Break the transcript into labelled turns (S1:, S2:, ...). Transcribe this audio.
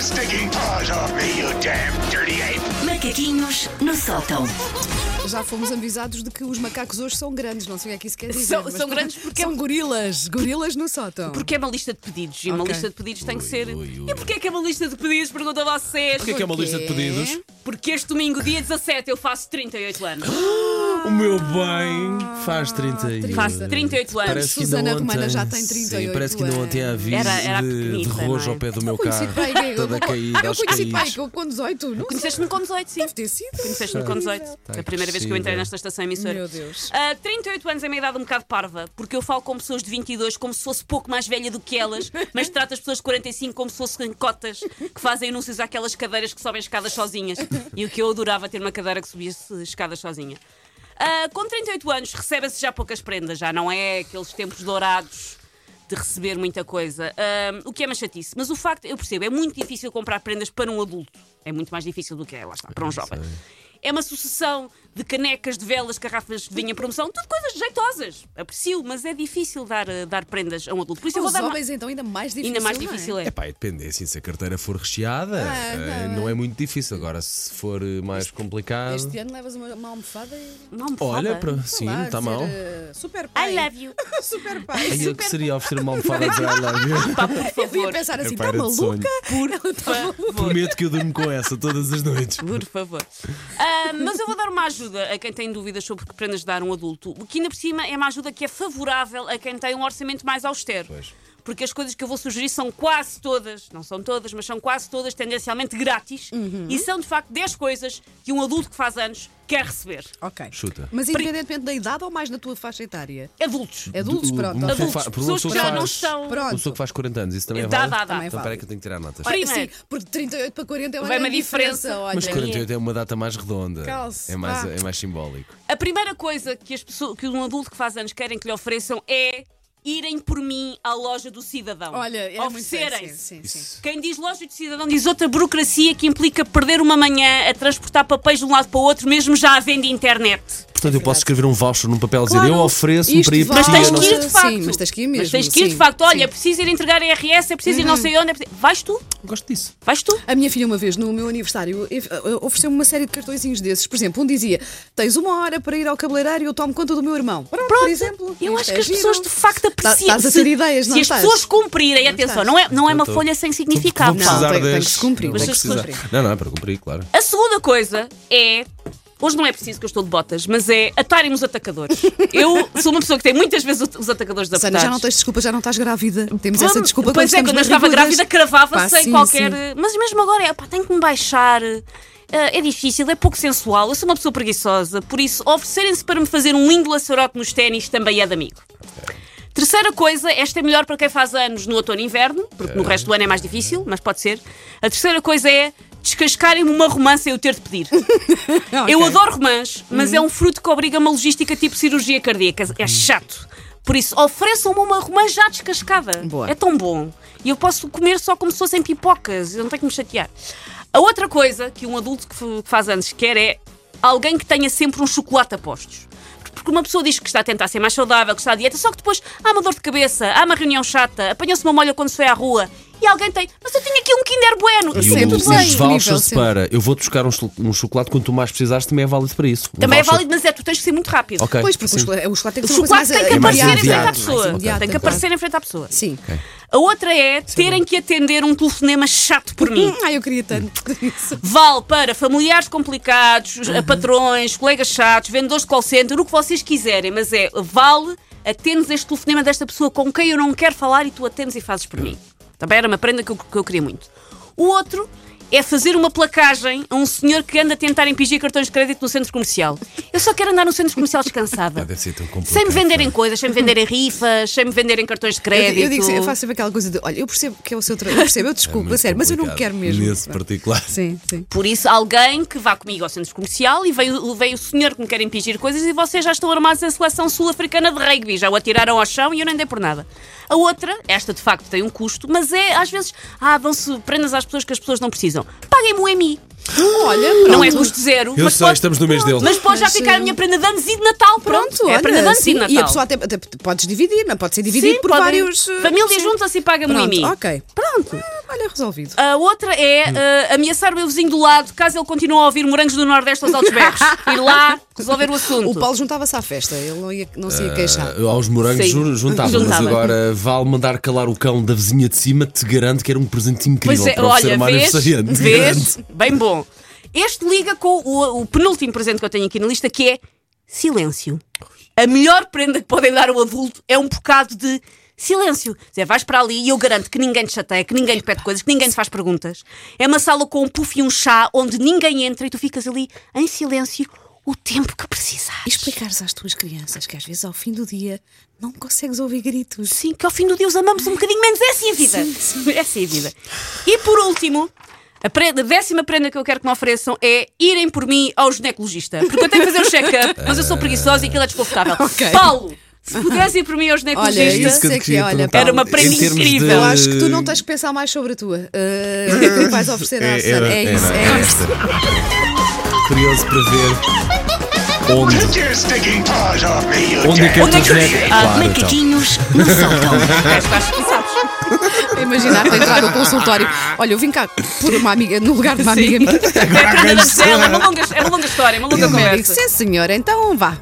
S1: stinking paws off me, you damn dirty ape!
S2: Macaquinhos no sótão.
S3: Já fomos avisados de que os macacos hoje são grandes, não sei o que é que isso quer dizer.
S4: São-
S3: mas
S4: são grandes porque- é
S3: São gorilas, gorilas no sótão.
S4: Porque é uma lista de pedidos. E uma
S3: Ok.
S4: lista de pedidos tem que
S5: Ui,
S4: ser.
S5: ui, ui.
S4: E porquê é que é uma lista de pedidos? Pergunto a vocês.
S5: Porquê é que é uma lista de pedidos?
S4: Porque este domingo, dia 17, eu faço 38 anos.
S5: O meu bem faz 38.
S4: Faço 38 anos.
S5: Parece que ainda
S3: Susana
S5: ontem-
S3: Romana já tem
S5: Sim,
S3: 38
S5: parece que ainda ontem
S3: anos.
S5: havia
S4: Era- era
S5: de, de
S4: pequenita,
S5: rojo
S4: não é?
S5: ao pé do meu
S3: Conheci
S5: carro.
S3: de pai, eu-
S5: Tá Toda
S3: Ah,
S5: caída,
S3: eu
S5: aos
S3: conheci de pai
S5: caídos.
S3: com- com 18, não sei.
S4: Conheceste-me com 18, sim.
S3: Deve ter sido.
S4: Conheceste-me com 18.
S5: Tá
S4: a primeira vez que eu entrei
S5: crescida.
S4: nesta estação emissora.
S3: Meu Deus.
S4: Ah, 38 anos é uma idade um bocado parva, porque eu falo com pessoas de 22 como se fosse pouco mais velha do que elas, mas trato as pessoas de 45 como se fossem cotas que fazem anúncios àquelas cadeiras que sobem escadas sozinhas. E o que eu adorava ter uma cadeira que subisse escadas sozinha. Ah, com 38 anos recebe-se já poucas prendas, já não é aqueles tempos dourados de receber muita coisa, Ah, o que é uma chatice. Mas o facto, eu percebo, é muito difícil comprar prendas para um adulto. É muito mais difícil do que é, lá está, para um jovem. É uma sucessão de canecas, de velas, garrafas de vinho em promoção, tudo coisas jeitosas. Aprecio, mas é difícil dar, eh, dar prendas a um adulto. Por isso eu vou
S3: Os
S4: dar uma-
S3: homens, então, ainda mais difícil.
S4: Ainda mais
S3: não é?
S4: difícil é.
S5: É pá, depende. Assim, se a carteira for recheada,
S3: Ah,
S5: eh,
S3: tá
S5: não é muito difícil. Agora, se for eh, mais complicado.
S3: Este ano levas uma, uma almofada e.
S4: é. Não me
S5: Olha,
S4: fala.
S5: para...
S3: sei
S5: sim,
S3: lá,
S5: está
S3: dizer,
S5: mal.
S3: eh, Super pai.
S4: I love you.
S3: Super pai.
S5: Aí eu
S3: Super...
S5: que seria oferecer uma almofada a dizer I love you.
S4: Pá, por
S3: Eu ia
S4: favor.
S3: pensar assim,
S5: É
S3: está
S5: para de sonho.
S3: tá maluca? Ela tá maluca.
S5: Prometo que eu durmo com essa todas as noites.
S4: Por favor. Ah, mas eu vou dar uma ajuda a quem tem dúvidas sobre que prendas dar a um adulto. O que ainda por cima é uma ajuda que é favorável a quem tem um orçamento mais austero.
S5: Pois.
S4: Porque as coisas que eu vou sugerir são quase todas, não são todas, mas são quase todas tendencialmente grátis
S3: Uhum.
S4: e são de facto 10 coisas que um adulto que faz anos quer receber.
S3: Ok.
S5: Chuta.
S3: Mas independentemente da idade ou mais na tua faixa etária? É
S4: Adultos.
S3: Adultos,
S5: Do- um
S3: pronto.
S5: uma pessoa
S4: Adultos,
S5: fa- por uma
S4: pessoas
S5: pessoa
S4: que já não
S5: faz-
S4: estão-
S5: Uma
S3: Pronto.
S5: pessoa que faz 40 anos, isso também é
S4: Dá,
S5: válido?
S4: dá, dá.
S3: Também
S5: Então
S3: vale.
S5: peraí que eu tenho que tirar notas.
S4: Ora,
S3: Sim,
S4: Primeiro.
S3: porque 38 para 40 é uma
S4: é? Vai uma
S3: grande diferença.
S4: diferença.
S3: olha. Ah.
S5: Mas 48 é uma data mais redonda.
S3: Calce,
S5: é, mais,
S3: vá.
S5: é mais simbólico.
S4: A primeira coisa que, as pessoas, que um adulto que faz anos querem que lhe ofereçam é irem por mim à loja do cidadão.
S3: Olha, é muito
S4: Oferecerem-se.
S3: sexy, Sim, sim.
S5: Isso.
S4: Quem diz loja de cidadão diz outra burocracia que implica perder uma manhã a transportar papéis de um lado para o outro, mesmo já à venda internet.
S5: Portanto, eu posso escrever um voucher num papel a dizer
S3: Claro.
S5: eu ofereço-me
S3: Isto
S5: para ir
S3: vale.
S4: Mas
S5: pedir a
S4: tens
S5: não
S4: que
S5: sei-
S4: ir de facto.
S3: Sim, mas tens que ir
S4: Mas
S3: mesmo,
S4: tens que ir de
S3: sim,
S4: facto. Olha,
S3: sim. Uhum.
S4: preciso ir entregar a RS, é preciso ir não sei onde. É preciso... Vais tu,
S5: Gosto disso.
S4: vais tu.
S3: A minha filha, uma vez, no meu aniversário, eh, ofereceu-me uma série de cartõezinhos desses. Por exemplo, um dizia: Tens uma hora para ir ao cabeleireiro e eu tomo conta do meu irmão. Pronto, por exemplo.
S4: Eu
S3: Isto
S4: acho
S3: é
S4: que as
S3: giro.
S4: pessoas de facto
S3: Tá-
S4: apreciam.
S3: Estás a
S4: Se-
S3: ter ideias, não
S4: Se as
S3: estás?
S4: pessoas cumprirem, atenção,
S3: estás.
S4: não é, não é uma
S5: Então,
S4: folha sem significado.
S5: Vou precisar
S3: tem- tem
S5: deste.
S3: que se cumprir,
S5: Vou
S4: tem que se
S5: precisar.
S3: cumprir.
S5: Não, não, é para cumprir, claro.
S4: A segunda coisa é. Hoje não é preciso que eu estou de botas, mas é atarem-me os atacadores. Eu sou uma pessoa que tem muitas vezes os atacadores da
S3: Sana, já não tens desculpa, já não estás grávida. Temos essa
S4: Vamos-
S3: desculpa
S4: Pois é,
S3: quando
S4: quando eu
S3: estamos
S4: estava
S3: mais
S4: grávida,
S3: rigorosas.
S4: cravava
S3: Pá,
S4: sem
S3: sim,
S4: qualquer.
S3: sim.
S4: Mas mesmo agora é, pá, tenho que me baixar. eh, é difícil, é pouco sensual. Eu sou uma pessoa preguiçosa, por isso, oferecerem-se para me fazer um lindo laçarote nos ténis também é de amigo. Terceira coisa, esta é melhor para quem faz anos no outono e inverno, porque no resto do ano é mais difícil, mas pode ser. A terceira coisa é descascarem-me uma romance e eu ter de pedir.
S3: Ah, ok.
S4: Eu
S3: Uhum.
S4: adoro romãs, mas é um fruto que obriga uma logística tipo cirurgia cardíaca. É chato. Por isso, ofereçam-me uma romã já descascada.
S3: Boa.
S4: É tão bom. E eu posso comer só como se fossem pipocas. Eu não tenho que me chatear. A outra coisa que um adulto que f- que faz anos quer é alguém que tenha sempre um chocolate a postos. Porque uma pessoa diz que está a tentar ser mais saudável, que está à dieta, só que depois há uma dor de cabeça, há uma reunião chata, apanhou-se uma molha quando se foi à rua e alguém tem. Mas eu tenho aqui um Kinder Bueno.
S5: E
S3: Sempre
S5: o- os
S3: bem, nível,
S5: vouchers
S3: sempre.
S5: para eu vou-te buscar um, cho- um chocolate quanto mais precisares também é válido para isso. Um
S4: Também é
S5: voucher-
S4: válido, mas é, tu tens que ser muito rápido.
S5: Ok.
S3: Pois, porque o
S5: sim.
S3: chocolate, o chocolate tem que
S4: O
S3: ser uma coisa
S4: chocolate tem que
S3: mais eh,
S4: aparecer
S3: imediata.
S4: em frente à
S5: imediato.
S4: pessoa.
S3: Mais imediata,
S4: Tem que
S3: claro.
S4: aparecer em frente à pessoa.
S3: Sim.
S5: Tá
S4: A outra é terem que atender um telefonema chato por mim.
S3: Hum, Ai, eu queria tanto isso.
S4: Vale para familiares complicados, eh, patrões, colegas chatos, vendedores de call center, o que vocês quiserem, mas é vale, atendes este telefonema desta pessoa com quem eu não quero falar e tu atendes e fazes por mim. Também era uma prenda que eu, que eu queria muito. O outro é fazer uma placagem a um senhor que anda a tentar impingir cartões de crédito no centro comercial. Eu só quero andar no centro comercial descansada.
S5: Ah, deve ser tão complicado.
S4: Sem me venderem coisas, sem me venderem rifas, sem me venderem cartões de
S3: Eu,
S4: crédito.
S3: eu digo, sempre- eu faço sempre aquela coisa de: olha, eu percebo que é o seu trabalho, eu percebo, eu desculpa,
S5: É Muito
S3: sério, mas eu não
S5: complicado.
S3: quero mesmo.
S5: Nesse particular.
S3: Sim, sim.
S4: Por isso, alguém que vá comigo ao centro comercial e vem, o- vem o senhor que me quer impingir coisas e vocês já estão armados em seleção sul-africana de rugby. Já o atiraram ao chão e eu nem dei por nada. A outra, esta de facto tem um custo, mas é às vezes, ah, dão-se prendas às pessoas que as pessoas não precisam. Paguem-me um MI.
S3: Olha,
S4: Não é
S3: pronto.
S4: custo zero.
S5: Eu
S4: mas
S5: sei,
S4: pode-
S5: estamos no mês dele.
S4: Mas pode já
S3: Mas,
S4: ficar a
S3: eh,
S4: minha prenda de anos e de Natal. Pronto,
S3: Pronto,
S4: é a prenda de
S3: olha,
S4: anos e
S3: sim,
S4: de Natal.
S3: e a pessoa até, até podes dividir, não é? pode ser dividido
S4: Sim,
S3: por
S4: podem-
S3: vários. eh,
S4: Família
S3: sim.
S4: junta-se e paga-me um
S3: Pronto,
S4: MI.
S3: ok. Pronto. olha, é resolvido.
S4: A outra é ah, ameaçar o meu vizinho do lado, caso ele continue a ouvir morangos do Nordeste aos altos berros. Ir lá resolver o assunto.
S3: O Paulo juntava-se à festa, ele não, ia, não se ia queixar.
S5: Ah, Aos morangos
S4: Sim.
S5: ju- juntava, mas
S4: Juntava.
S5: agora vale mandar calar o cão da vizinha de cima, te garanto que era um presente incrível
S4: Pois é,
S5: para oferecer
S4: olha,
S5: a uma
S4: vês,
S5: aniversariante. te garanto.
S4: vês, bem bom. Este liga com o, o penúltimo presente que eu tenho aqui na lista, que é silêncio. A melhor prenda que podem dar ao adulto é um bocado de silêncio. Quer dizer, vais para ali e eu garanto que ninguém te chateia, que ninguém te pede coisas, que ninguém te faz perguntas. É uma sala com um puff e um chá onde ninguém entra e tu ficas ali em silêncio o tempo que precisares.
S3: E explicares às tuas crianças que às vezes ao fim do dia não consegues ouvir gritos.
S5: Eh,
S4: Sim, que ao fim do dia os amamos um bocadinho menos. Essa é a vida. Essa é a vida. E por último, a, prenda- a décima prenda que eu quero que me ofereçam é irem por mim ao ginecologista. Porque eu tenho que fazer um check-up, mas eu sou preguiçosa e aquilo é desconfortável.
S3: Ok.
S4: Paulo, se pudessem ir por mim ao
S3: Olha,
S4: ginecologista.
S5: É isso que eu
S3: Sei
S5: te
S3: que,
S5: queria
S3: olha,
S5: perguntar.
S3: Paulo, Era uma
S5: Em
S4: prenda
S5: termos
S4: incrível.
S5: de-
S3: Eu acho que tu não tens que pensar mais sobre a tua. Eh, o que é que tu vais oferecer à Susana? É, isso, é, isso.
S5: Curioso para ver onde,
S1: Take your stinking paws off me, you
S5: onde é que é o
S1: damn
S5: teu
S1: dirty ape!
S5: geneco.
S3: Ah,
S5: Claro,
S3: é
S5: então.
S2: Macaquinhos no sótão.
S4: Acho é que acho que sabes.
S3: Imaginar-te entrar no consultório. Olha, eu vim cá por uma amiga, no lugar de uma amiga minha.
S4: É a prenda da Gisela, é uma longa, é uma longa história, é uma longa
S3: Eu digo,
S4: conversa.
S3: Sim, senhora, então vá,